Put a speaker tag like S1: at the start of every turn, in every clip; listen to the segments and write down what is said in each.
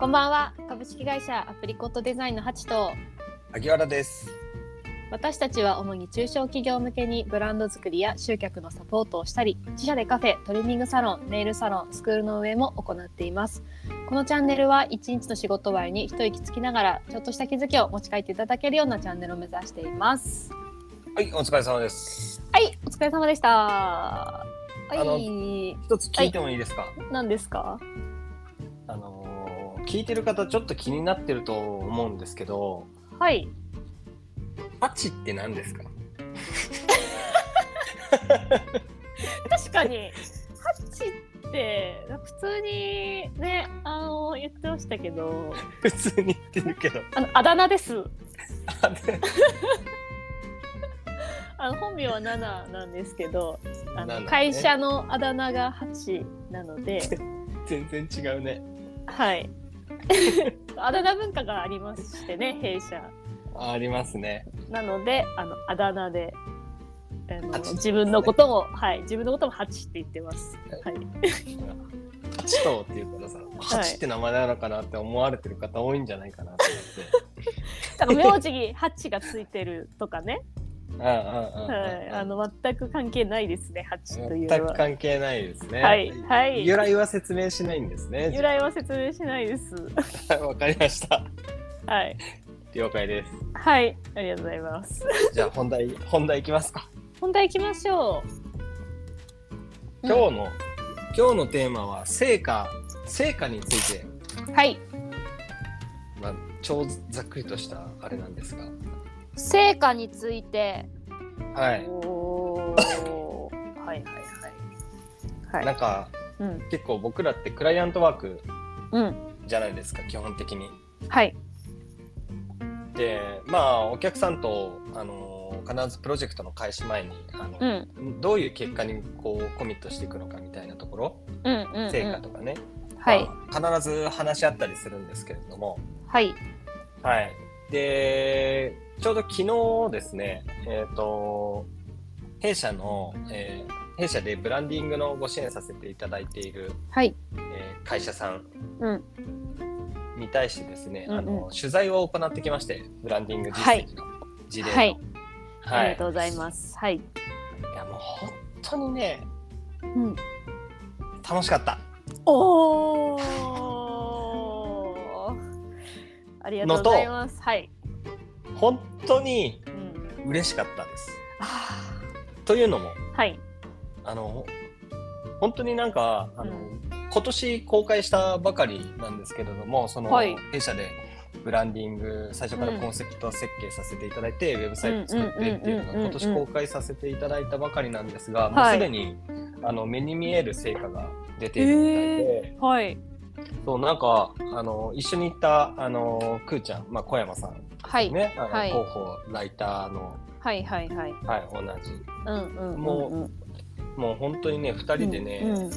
S1: こんばんは株式会社アプリコットデザインのハチと
S2: 萩原です。
S1: 私たちは主に中小企業向けにブランド作りや集客のサポートをしたり自社でカフェトリミングサロンネイルサロンスクールの上も行っていますこのチャンネルは一日の仕事終わりに一息つきながらちょっとした気づきを持ち帰っていただけるようなチャンネルを目指しています
S2: はい、お疲れ様です。
S1: はいお疲れ様でしたはい
S2: 一つ聞いてもいいですか。
S1: 何ですか
S2: あのー聞いてる方ちょっと気になってると思うんですけど、
S1: はい
S2: ハチって何ですか。
S1: 確かにハチって普通にねあの言ってましたけど
S2: 普通に言ってるけど。
S1: あのあだ名です
S2: あ で
S1: あの本名はナナなんですけどあ
S2: ナナ
S1: の
S2: ね
S1: 会社のあだ名がハチなので
S2: 全然違うね。
S1: はい あだ名文化がありましてね弊社
S2: あありますね。
S1: なのであのあだ名であの
S2: ハチ
S1: 自分のことも、はい自分のこともハチって言ってます、はい、
S2: ハチとって言ったらさ、ハチって名前なのかなって思われてる方多いんじゃないかなと
S1: だから名字にハチがついてるとかね、
S2: 思って。うんうんうんうん。
S1: はい、あの全く関係ないですねハチという
S2: 全
S1: の
S2: く
S1: は
S2: 関係ないですね。
S1: はいはい
S2: 由来は説明しないんですね。
S1: 由来は説明しないです
S2: わかりました。
S1: はい
S2: 了解です。
S1: はいありがとうございます
S2: じゃあ本題本題いきますか。
S1: 本題行きましょう
S2: 今日の、今日のテーマは成果成果について、
S1: はい
S2: まあ、超ざっくりとしたあれなんですが、
S1: 成果について、
S2: はい、
S1: おーはいはいはいは
S2: ないんか
S1: うん
S2: 結構僕らってクライアントワーク
S1: うん
S2: じゃないですか基本的に。
S1: はい
S2: でまあお客さんとあの必ずプロジェクトの開始前にあの、
S1: うん
S2: どういう結果にこうコミットしていくのかみたいなところ
S1: うんうん、うん、
S2: 成果とかね、
S1: はい
S2: まあ必ず話し合ったりするんですけれども、
S1: はい
S2: はい。で、ちょうど昨日ですね、えっ、と、弊社の、えー弊社でブランディングのご支援させていただいている、
S1: はい
S2: えー会社さん
S1: うん
S2: に対してですね、
S1: うんうん
S2: あの、取材を行ってきまして、ブランディング実績の事例の。
S1: はい、あ
S2: は
S1: り
S2: い。
S1: がとうございますはい
S2: いや、もう本当にね、
S1: うん
S2: 楽しかった。
S1: おおありがとうございますはい
S2: 本当に
S1: うん
S2: 嬉しかったです。
S1: あ
S2: というのも、
S1: ーはい
S2: あの本当になんかあの、
S1: う
S2: 今年公開したばかりなんですけれどもその、
S1: はい
S2: 弊社でブランディング最初か
S1: うん
S2: らコンセプト設計させていただいて、ウェブサイト作ってっていうの
S1: うんうんうんうん
S2: が
S1: うん
S2: 今年公開させていただいたばかりなんですが、も
S1: はい
S2: うすでにあの目に見える成果が出ているみたいで、
S1: はい
S2: そうなんかあの一緒に行ったあのくーちゃん、まあ、小山さん
S1: はい、
S2: ね、あの
S1: はい
S2: 広報ライターの、
S1: はいはいはい
S2: はい、同じ
S1: うんうんうん
S2: も
S1: うん
S2: もう本当にね2人でね、
S1: うんうん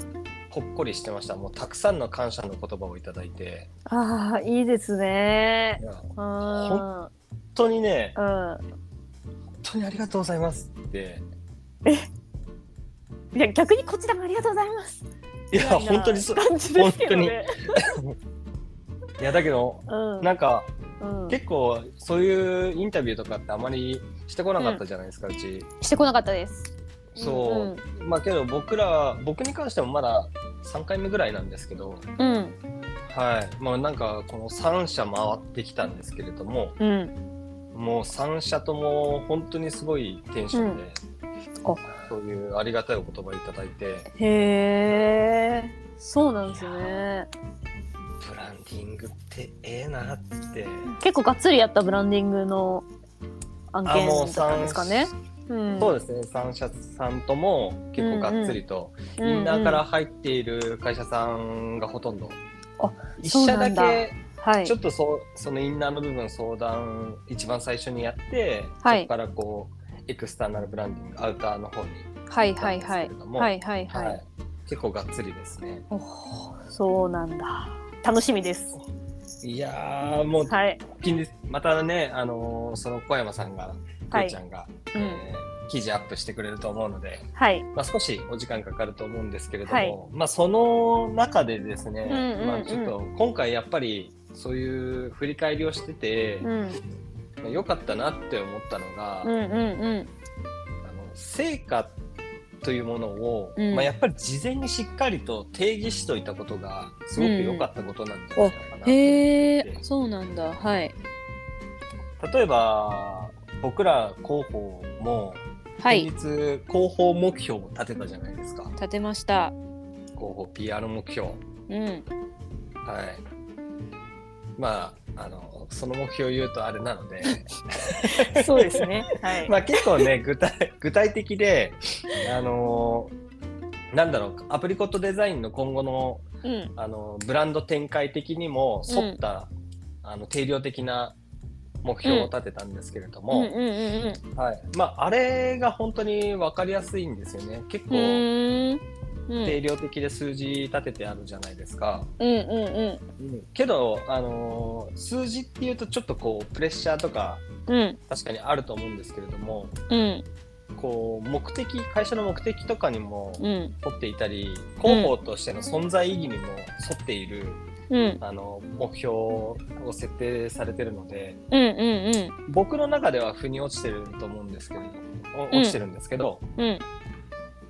S2: ほっこりしてました。もうたくさんの感謝の言葉をいただいて、
S1: ああいいですね
S2: い。や本
S1: うん。
S2: 当にね、本
S1: う
S2: 当にありがとうございますって、
S1: ん。いや逆にこちらもありがとうございます。
S2: いや、
S1: みたな
S2: 本当にそう。
S1: 感じですけどね。
S2: いや、だけど、
S1: うん。
S2: なんか
S1: うん
S2: 結構そういうインタビューとかってあまりしてこなかったじゃないですか、うち。
S1: してこなかったです。
S2: そう。まあけど僕ら、僕に関してもまだ3回目ぐらいなんですけど、
S1: うん。うん
S2: はい。まあなんかこの3社回ってきたんですけれども、
S1: うん。うん。
S2: もう3社とも本当にすごいテンションで、
S1: うんあ
S2: そういうありがたいお言葉いただいて、
S1: へえ。そうなんですね。
S2: ブランディングってええなって。
S1: 結構がっつりやったブランディングの案
S2: あ
S1: 件だったんですかね。うん。
S2: そう
S1: で
S2: ですね、3社さんとも結構がっつりと、
S1: す
S2: インナーから。入っている会社さんがほとんど。
S1: あ
S2: 一社だ
S1: そうなん
S2: け
S1: はい
S2: ちょ。っとそそのインナーの部分相談一番最初にやって、
S1: はい
S2: そこからこうエクスターナルブランディングアウターの方に
S1: はい
S2: 行った
S1: は
S2: ん
S1: い
S2: です
S1: は
S2: けれ
S1: い。
S2: ども、
S1: はいはい
S2: は
S1: はいい。
S2: 結構がっつりですね
S1: おーそうなんだ。楽しみです。
S2: いやーもう
S1: はい。
S2: 近日またね、あのーその小山さんが、
S1: はい
S2: くーちゃんが、
S1: うん
S2: え記事アップしてくれると思うので、
S1: はい。
S2: まあ、少しお時間かかると思うんですけれども、
S1: はい
S2: まあ、その中でですね、
S1: うんうんうん
S2: まあ、ちょっと今回やっぱりそういう振り返りをしてて
S1: うん。うん
S2: まあ良、かったなって思ったのが、
S1: うんうん。
S2: あの成果というものを、
S1: うん
S2: まあ、やっぱり事前にしっかりと定義しといたことがすごく良かったことなんじゃないかなと思って
S1: へ
S2: い
S1: え
S2: て、、
S1: そうなんだ。はい。
S2: 例えば僕ら広報も
S1: はい。
S2: 先日広報目標を立てたじゃないですか広
S1: 立てました。
S2: 報 PR 目標
S1: うん。
S2: はいまああのその目標を言うとあれなので
S1: そうですね。はい。
S2: まあ結構ね具体具体的であのなんだろうアプリコットデザインの今後の
S1: うん。
S2: あのブランド展開的にも沿った、あの定量的な目標を立てたんですけれど
S1: うん
S2: も、
S1: うんうんうん。
S2: はいまあ、あれが本当に分かりやすいんですよね結
S1: う
S2: 構
S1: ーん。
S2: 定量的で数字立ててあるじゃないですか、
S1: うんうん
S2: けど、あのー数字っていうとちょっとこうプレッシャーとか
S1: うんうん
S2: 確かにあると思うんですけれども
S1: うん
S2: こう目的会社の目的とかにも
S1: うん
S2: 沿っていたり広報としての存在意義にも沿っている、
S1: うん
S2: あの目標を設定されてるので
S1: うんうんうん
S2: 僕の中では腑に落ちてると思うんですけれどお
S1: うん
S2: 落ちてるんですけど、
S1: うん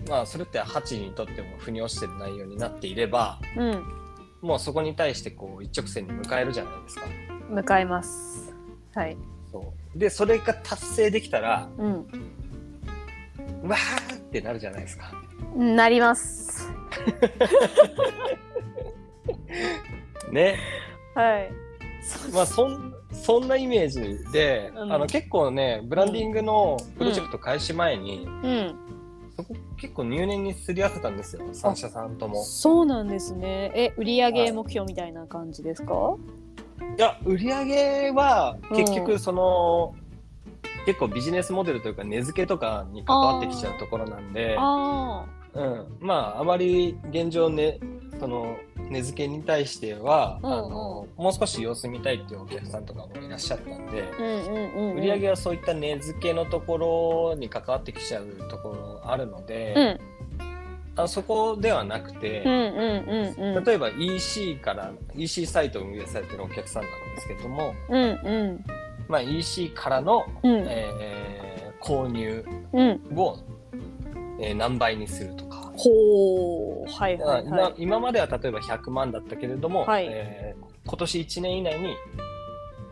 S2: まあそれってハチにとっても腑に落ちてる内容になっていれば
S1: うん
S2: もうそこに対してこう一直線に向かえるじゃないですか。
S1: 迎えますはい
S2: そうでそれが達成できたら
S1: うん
S2: うわーってなるじゃないですか。
S1: なります
S2: ね
S1: はい
S2: まあそんそんなイメージで、
S1: うん
S2: あの結構ねブランディングのプロジェクト開始前に、
S1: うん
S2: そこ結構入念にすり合わせたんですよ3社さんとも。
S1: そうなんですねえ売上目標みたいな感じですか
S2: いや、売り上げは
S1: うん
S2: 結局その、結構ビジネスモデルというか根付けとかに関わってきちゃうところなんで、
S1: あ
S2: うん、まああまり現状ね、その根付けに対しては、
S1: うんうん
S2: あのもう少し様子見たいっていうお客さんとかもいらっしゃったんで、
S1: あうんうんうんうん
S2: 売り上げはそういった根付けのところに関わってきちゃうところあるので、
S1: うん
S2: あそこではなくて、
S1: うんうんうんうん
S2: 例えば EC から EC サイトを運営されてるお客さんなんですけども、
S1: うんうん
S2: まあ、EC からの
S1: うん
S2: えー購入
S1: うん
S2: を、えー何倍にするとか、
S1: ほうはい
S2: だから
S1: はいはい
S2: 今今までは例えば100万だったけれども、
S1: はい
S2: えー今年1年以内に、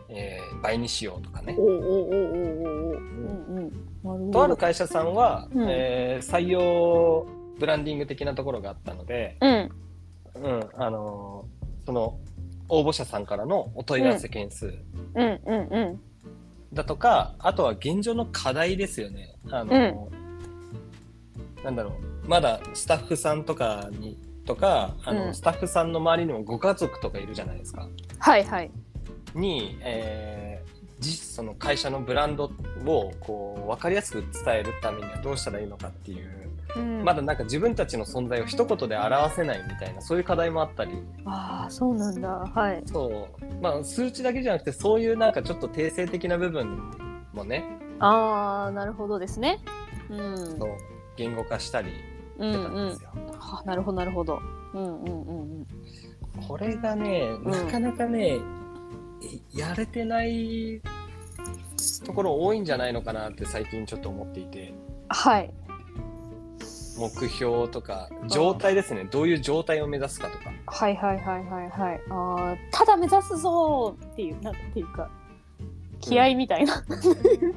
S2: えー倍にしようとかね
S1: お。おおおおおおうんうんなるほど
S2: とある会社さんは、
S1: うん
S2: えー採用ブランディング的なところがあったので、
S1: うん
S2: うんあのーその応募者さんからのお問い合わせ件数
S1: うんうんうん
S2: だとか、あとは現状の課題ですよね。あの、なんだろう、まだスタッフさんとかに、とか、あの、
S1: うん
S2: スタッフさんの周りにもご家族とかいるじゃないですか。
S1: はいはい
S2: に、えー実その会社のブランドをこう分かりやすく伝えるためにはどうしたらいいのかっていう、
S1: うん
S2: まだなんか自分たちの存在を一言で表せないみたいなそういう課題もあったり
S1: ああそうなんだはい
S2: そう、まあ、数値だけじゃなくてそういうなんかちょっと定性的な部分もね
S1: ああなるほどですねうん
S2: そう言語化したり
S1: う
S2: して
S1: ん
S2: た
S1: うん
S2: で
S1: ん
S2: すよ。
S1: あなるほどなるほどうんうんうんうん
S2: これがね、
S1: うん
S2: なかなかね、いやれてないところ多いんじゃないのかなって最近ちょっと思っていて、
S1: はい
S2: 目標とか、状態ですね、どういう状態を目指すかとか。
S1: はいはいはいはいはいあーただ目指すぞーっていうなんていうか気合みたいな、
S2: はい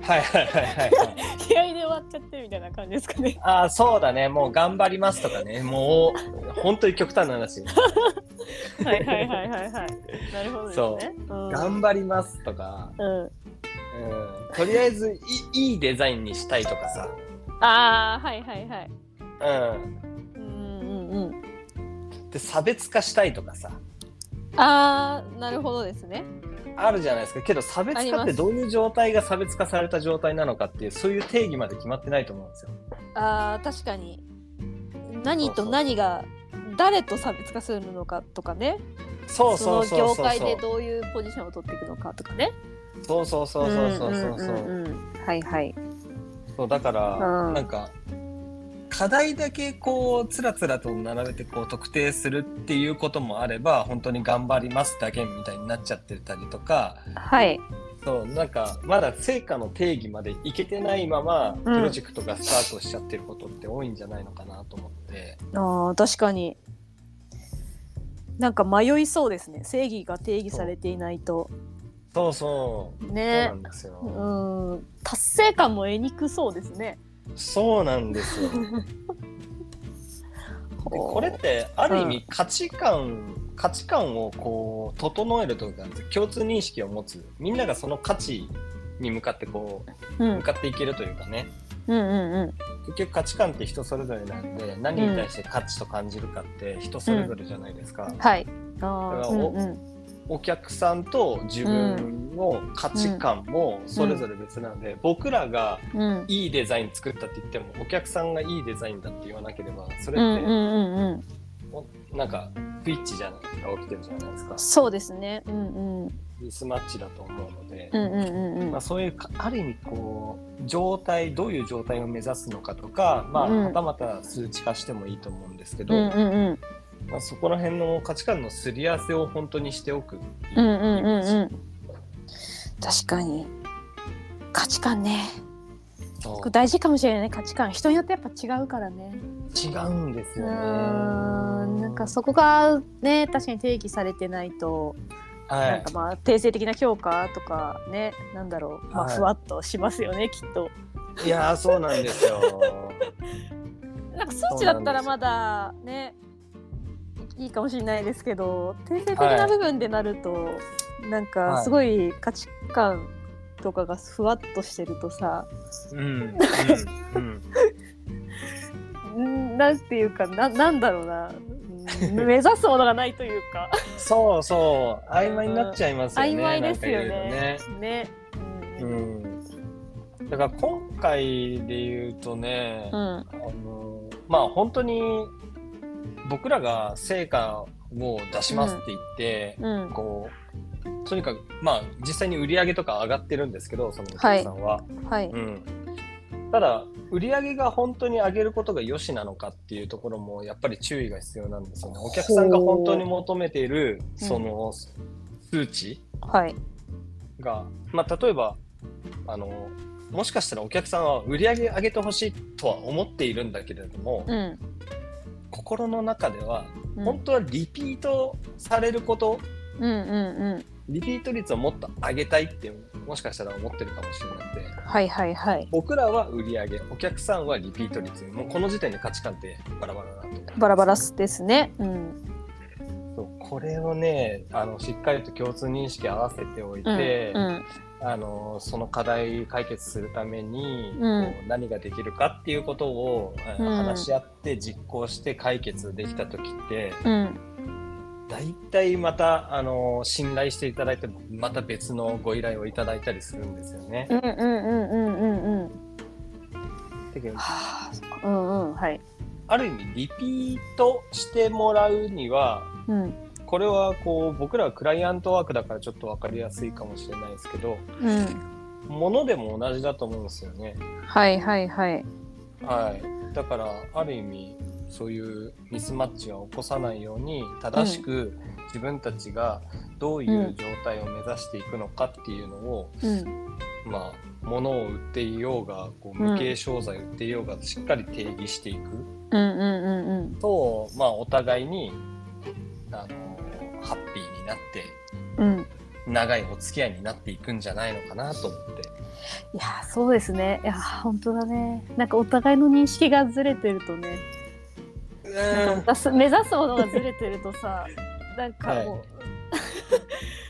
S2: はいはいはいはい。
S1: 気合で終わっちゃってみたいな感じですかね
S2: ああ、そうだね、もう頑張りますとかね、もう、本当に極端な話。
S1: はいはいはいはいはいなるほどですねうん
S2: 頑張りますとか、
S1: うん
S2: うん、とりあえずいいいデザインにしたいとかさ、
S1: ああはいはいはい
S2: うん。
S1: うんうんうん
S2: で、差別化したいとかさ。
S1: ああなるほどですね
S2: あるじゃないですかけど差別
S1: あり
S2: 化
S1: ま
S2: っ
S1: す
S2: てどういう状態が差別化された状態なのかっていうそういう定義まで決まってないと思うんですよ。
S1: あー確かに何
S2: そう
S1: と
S2: そう
S1: 何が誰と差別化するのかとかね
S2: そうそう
S1: そ
S2: そう
S1: の業
S2: そう
S1: 界
S2: そ
S1: で
S2: う
S1: どういうポジションを取っていくのかとかね
S2: そうそうそうそうそうそ
S1: うん
S2: う
S1: うんうんうんはいはい
S2: そうだから、
S1: うん
S2: なんか課題だけこうつらつらと並べてこう特定するっていうこともあれば本当に頑張りますだけみたいになっちゃってたりとか
S1: はい。
S2: そうなんかまだ成果の定義までいけてないままプ
S1: うん
S2: ロジェクトがスタートしちゃってることって多いんじゃないのかなと思って、
S1: あー確かに。なんか迷いそうですね。正義が定義されていないと。
S2: そうそうそうな
S1: ね。
S2: んですよ、
S1: うん。達成感も得にくそうですね。
S2: そうなんですよでこれってある意味価値観、価値観をこう整えるというか共通認識を持つみんながその価値に向かってこ
S1: う
S2: うん向かっていけるというかね
S1: うんうん
S2: 結局価値観って人それぞれなんで何に対して価値と感じるかって人それぞれじゃないですか、
S1: うん。はい。あ
S2: だから
S1: ー
S2: お
S1: うんうん
S2: お客さんと自分の価値観もそれぞれ別なんで、僕らが
S1: うん
S2: いいデザイン作ったって言ってもお客さんがいいデザインだって言わなければそれ
S1: うんう
S2: っ
S1: ん
S2: て
S1: うんうん。
S2: おなんか不一致じゃないですか起きてるじゃないですか
S1: そうですね。うんうん
S2: ミスマッチだと思うので、
S1: うんうんうんうん
S2: まあ、。そういうかある意味こう状態どういう状態を目指すのかとか、まあ、
S1: うん
S2: はたまた数値化してもいいと思うんですけど、
S1: うんうんうん
S2: まあ、そこら辺の価値観のすり合わせを本当にしておくっていううん
S1: うんうんうん。確かに。価値観ね。
S2: そう
S1: これ大事かもしれないね価値観人によってやっぱ違うからね
S2: 違うんです
S1: う
S2: よね。
S1: ーんなんかそこがね確かに定義されてないと、
S2: は
S1: なん
S2: い
S1: か、まあ定性的な評価とかねなんだろう、まあ、
S2: はい
S1: ふわっとしますよね、きっと
S2: いやーそうなんですよ。
S1: なんか数値だったらまだねいいかもしれないですけど定性的な部分でなると、なんかすごい価値観とかがふわっとしてるとさ、
S2: うんうんうん
S1: んなんていうかななんだろうなうん目指すものがないというか
S2: そうそう曖昧になっちゃいますよね。
S1: 曖昧ですよね
S2: なんかいろいろ
S1: ね。
S2: うんだから今回で言うとね、
S1: う
S2: あ
S1: ん。
S2: のまあ本当に僕らが成果を出しますって言って、
S1: うん。
S2: こうとにかくまあ実際に売り上げとか上がってるんですけどそのお客さんは、
S1: はい。
S2: うん、ただ売り上げが本当に上げることが良しなのかっていうところもやっぱり注意が必要なんですよねお客さんが本当に求めている
S1: ほう
S2: その数値、
S1: はい。
S2: が、まあ、例えばあのもしかしたらお客さんは売り上げ上げてほしいとは思っているんだけれども、
S1: うん。
S2: 心の中では
S1: うん
S2: 本当はリピートされること、
S1: うんうん
S2: リピート率をもっと上げたいってもしかしたら思ってるかもしれなくて
S1: うん。はいはいはい。
S2: 僕らは売り上げお客さんはリピート率もうこの時点で価値観ってバラバラだと思うんです
S1: バラバラですね。うん。
S2: そうこれをねあのしっかりと共通認識合わせておい
S1: うん。
S2: て、
S1: うん。
S2: あのその課題解決するために、
S1: うん
S2: こう何ができるかっていうことを、えー
S1: うん
S2: 話し合って実行して解決できた時って
S1: うん。
S2: 大体またあの信頼していただいてもまた別のご依頼をいただいたりするんですよね。
S1: うんうんうんうんうんうん。
S2: だけど
S1: はあ。うんうん。はい。
S2: ある意味リピートしてもらうには
S1: うん。
S2: これはこう僕らはクライアントワークだからちょっと分かりやすいかもしれないですけど
S1: うん。
S2: 物でも同じだと思うんですよね。
S1: はいはいはい。
S2: はい、だからある意味そういうミスマッチは起こさないように正しく自分たちがどういう状態を目指していくのかっていうのを、
S1: うん。
S2: まあ物を売っていようがこう
S1: うん
S2: 無形商材売っていようがしっかり定義していく
S1: うんうんうん
S2: と、まあ、お互いにあのハッピーになって
S1: うん。うん。
S2: 長いお付き合いになっていくんじゃないのかなと思って。
S1: いやー、そうですね。いやー、本当だね。なんかお互いの認識がずれてるとね。なんか目指すものがずれてるとさ。なんかも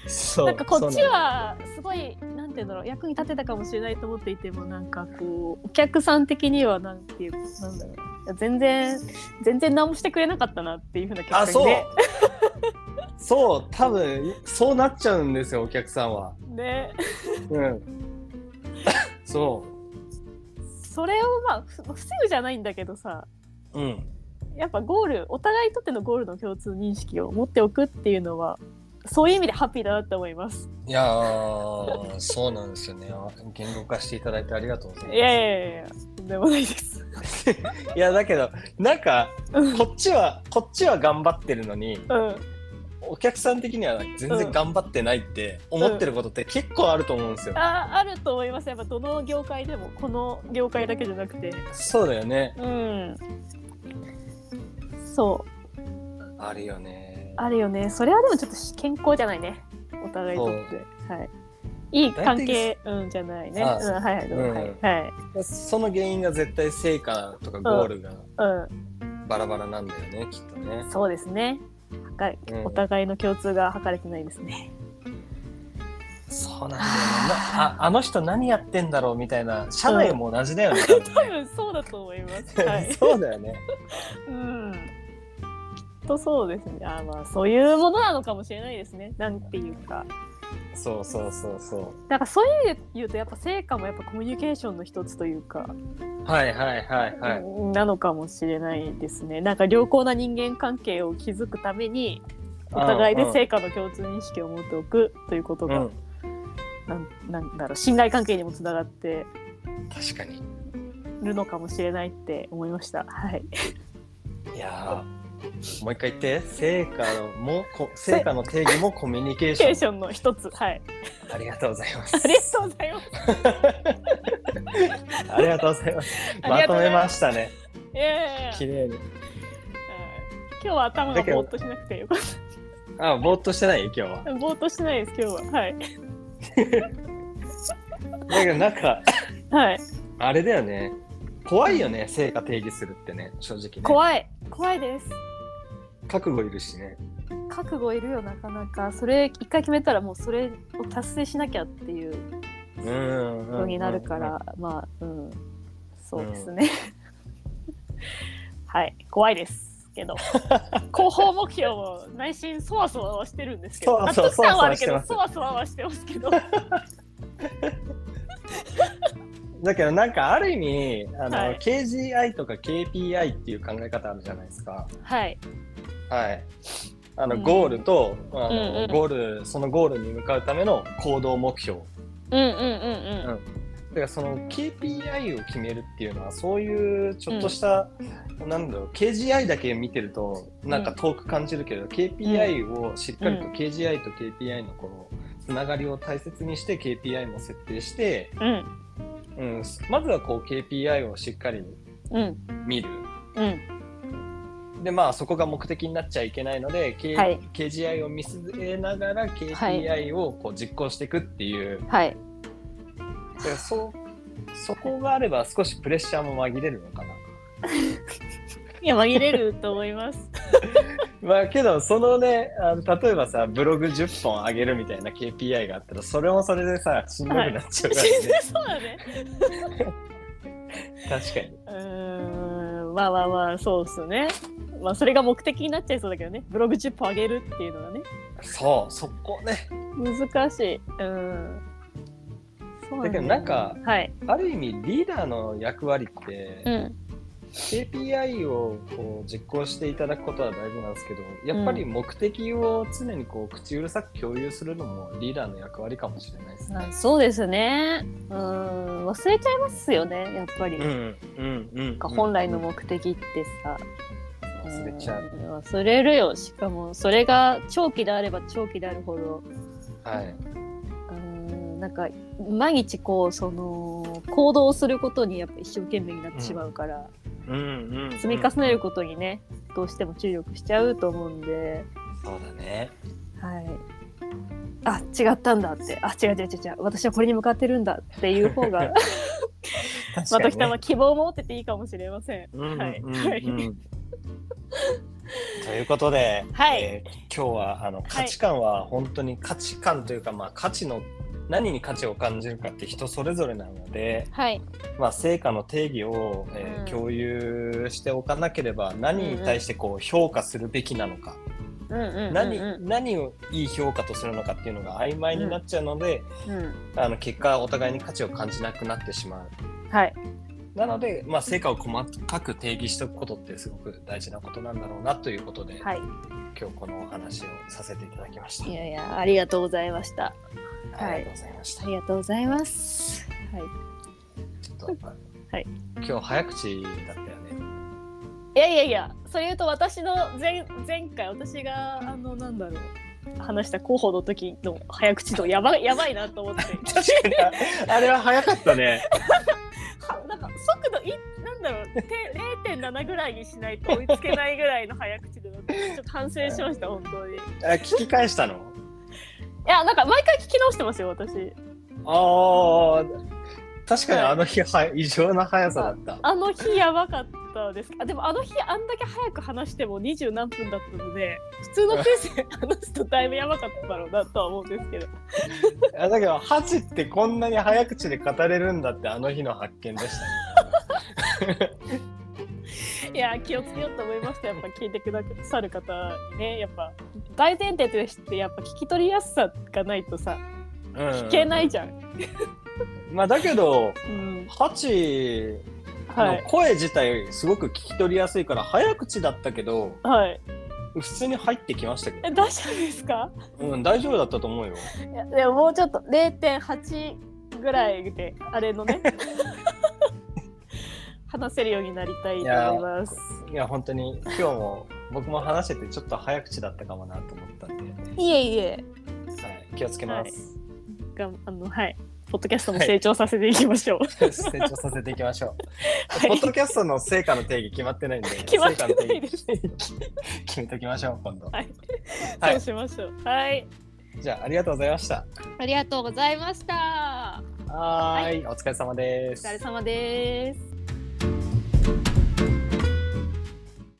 S1: う。
S2: そ
S1: なん
S2: う
S1: かこっち
S2: そうなんで
S1: はすごいなんていうんだろう役に立てたかもしれないと思っていてもなんかこうお客さん的にはなんていうなんだろういや全然全然何もしてくれなかったなっていうふうな 結果
S2: あ、
S1: に
S2: そう
S1: ね。
S2: そう、多分そうなっちゃうんですよ、お客さんは。
S1: ね
S2: うん。 そ
S1: それをまあふ防ぐじゃないんだけどさ
S2: う。うん。
S1: やっぱゴールお互いにとってのゴールの共通認識を持っておくっていうのはそういう意味でハッピーだなって思います。
S2: いやー、そうなんですよね。言語化していただいてありがとうございま
S1: いやいやいやいや、とんでもないです。
S2: す。いや、だけど、なんか、
S1: うん、
S2: こっちは、こっちは頑張ってるのに、
S1: うん、
S2: お客さん的には全然頑張ってないって思ってることって結構あると思うんですよ。
S1: ああると思いますやっぱどの業界でもこの業界だけじゃなくて
S2: そうだよね。
S1: うんそう
S2: あるよね。
S1: あるよねそれはでもちょっと健康じゃないねお互いにとってはいいい関係、うん、じゃないね。うん、
S2: あ
S1: はいはい、どうぞ
S2: うん
S1: はい、はい。
S2: その原因が絶対成果とかゴールが
S1: う
S2: バラバラなんだよね、きっとね
S1: ん、。そうですね。はか
S2: うん
S1: お互いの共通が図れてないですね。
S2: そうなんだよね。なああの人何やってんだろうみたいな、社内も同じだよね。多分
S1: 多分そうだと思います。は い。
S2: そうだよね。
S1: うん。きっとそうですね。あーまあ、そういうものなのかもしれないですね。なんていうか。
S2: そうそうそうそ
S1: なんかそういう意味で言うとやっぱ成果もやっぱコミュニケーションの一つというか、
S2: う。はいはいはいはい。
S1: なのかもしれないですねなんか良好な人間関係を築くためにお互いで成果の共通認識を持っておくということ
S2: う
S1: が、
S2: ん、
S1: なんなんだろう信頼関係にもつながって
S2: 確かに。
S1: るのかもしれないって思いました はい
S2: いやーもう一回言って、成果のもこ成果の定義もコミュニケーシ
S1: ケ
S2: ョ
S1: ーションの一つ はい
S2: ン。ありがとうございます。
S1: ありがとうございます
S2: ありがとうございます。
S1: あり
S2: ま
S1: がとうご
S2: と
S1: ざ
S2: め
S1: いま
S2: ましたね。
S1: いやいやいや
S2: 綺麗に。
S1: 今日は頭がぼーっとしなくてよかっ
S2: あ、ぼーっとしてない今日は。
S1: た ぼーっとしてないです今日ははい
S2: だけどなんか、
S1: はい
S2: あれだよね。怖いよね、成果定義するってね、正直ね。
S1: 怖い怖いです
S2: 覚悟いるしね。
S1: 覚悟いるよなかなかそれ一回決めたらもうそれを達成しなきゃっていう
S2: うんうんうんうん
S1: 風になるから、。まあうんそうですね、 はい怖いです けど広報目標を内心そわそわはしてるんですけど
S2: そ
S1: 納
S2: わそわ
S1: 得感はあるけ
S2: そわそわしてま
S1: ど
S2: す
S1: そわそわはしてますけど
S2: だけどなんかある意味、あの、
S1: はい
S2: KGI とか KPI っていう考え方あるじゃないですか。
S1: はい
S2: はい。あの、
S1: うん
S2: ゴールと、あの、
S1: うんうん
S2: ゴール、そのゴールに向かうための行動目標。
S1: うんうん
S2: うんだからその KPI を決めるっていうのはそういうちょっとした、なんだろう KGI だけ見てるとなんか遠く感じるけど、KPI をしっかりと
S1: うん
S2: KGI と KPI のこのつながりを大切にして KPI も設定して、
S1: うんうん
S2: うん、まずはこう KPI をしっかり
S1: うん
S2: 見る。
S1: うん
S2: でまあ、そこが目的になっちゃいけないので、K
S1: はい
S2: KGI を見据えながら KPI をこう実行していくっていう、
S1: はい
S2: だからそそこがあれば少しプレッシャーも紛れるのかな。
S1: いや紛れると思います
S2: まあけどそのねあの例えばさブログ10本上げるみたいな KPI があったらそれもそれでさしんどくなっちゃうから
S1: しんど
S2: ね、
S1: そうだね
S2: 確かに
S1: うーんまあまあまあそうっすね。まあそれが目的になっちゃいそうだけどね。ブログ10本上げるっていうのがね。
S2: そうそこね
S1: 難しい。うーん。そう
S2: だけどなんか
S1: はい。
S2: ある意味リーダーの役割って、
S1: ん。
S2: KPI をこう実行していただくことは大事なんですけどやっぱり目的を常にこう口うるさく共有するのもリーダーの役割かもしれないですね。
S1: そうですね。うーん。忘れちゃいますよね、やっぱり。
S2: うんうんうんうん
S1: なんか本来の目的ってさ。
S2: 忘れちゃう、
S1: うん忘れるよ。しかもそれが長期であれば長期であるほど。
S2: はい、
S1: うーんなんか毎日こうその行動することにやっぱ一生懸命になってしまうから、
S2: うんうんうん
S1: 積み重ねることにねどうしても注力しちゃうと思うんで、
S2: そうだね
S1: はい、あ違ったんだってあ違う違う違う違う私はこれに向かってるんだっていう方がまた
S2: 確
S1: き
S2: か
S1: た
S2: にね
S1: ま希望を持ってていいかもしれません。
S2: うんうん
S1: はい
S2: うんうんということで、
S1: はい
S2: えー今日はあの価値観は本当に価値観というか、まあ、価値の何に価値を感じるかって人それぞれなので、
S1: はい、
S2: まあ、成果の定義を、えー
S1: うん
S2: 共有しておかなければ何に対してこう評価するべきなのか、
S1: うんうんうんうん
S2: 何何をいい評価とするのかっていうのが曖昧になっちゃうので、
S1: うん
S2: あの結果お互いに価値を感じなくなってしまう
S1: はい、
S2: なので、まあ、成果を細かく定義しておくことってすごく大事なことなんだろうなということで、
S1: はい。
S2: 今日このお話をさせていただきました。
S1: いやいや、ありがとうございました。はい
S2: ありがとうございました。
S1: ありがとうございます。はい。
S2: ちょっと、
S1: はい
S2: 今日早口だったよね。
S1: いやいやいや、それ言うと私の前前回私があのなんだろう話した候補の時の早口のやばいやばいなと思って、
S2: 確かに、あれは早かったね。
S1: はなんか速度いなんだろうて0.7ぐらいにしないと追いつけないぐらいの早口でちょっと反省しました本当に。い
S2: あ聞き返したの
S1: やなんか毎回聞き直してますよ私。
S2: ああ、確かにあの日は異常な速さだ った。
S1: あの日やばかったですあでもあの日あんだけ早く話しても20何分だったので普通のペースで話すとだいぶやばかっただろうなとは思うんですけど
S2: あだけど、ハチってこんなに早口で語れるんだってあの日の発見でしたね。
S1: いや気をつけようと思いましたやっぱ聞いてくださる方にねやっぱ大前提としてやっぱ聞き取りやすさがないとさ
S2: うん
S1: 聞けないじゃん、
S2: まあだけど、
S1: うん、
S2: ハチ
S1: は
S2: の
S1: い
S2: 声自体すごく聞き取りやすいから、早口だったけど、
S1: はい
S2: 普通に入ってきましたけ
S1: え大丈夫ですか
S2: ど、うん、大丈夫だったと思うよ。
S1: いやでももうちょっと0.8ぐらいであれの ね話せるようになりたいと思います
S2: いや、本当に今日も僕も話せてちょっと早口だったかもなと思ったんで、
S1: いえいえ
S2: はい、気をつけます。
S1: があのはいポッドキャストも成長させていきま しょう。
S2: 成長させていきましょう。
S1: はい
S2: ポッドキャストの成果の定義決まってないんで、
S1: 決まってないです
S2: 成果の定義決めときましょう、今度。
S1: はい、
S2: は
S1: そう
S2: い、
S1: しましょう。はい、
S2: じゃあ、ありがとうございました。
S1: ありがとうございました。
S2: はーい、お疲れ様で
S1: お
S2: す
S1: 疲れ。様です。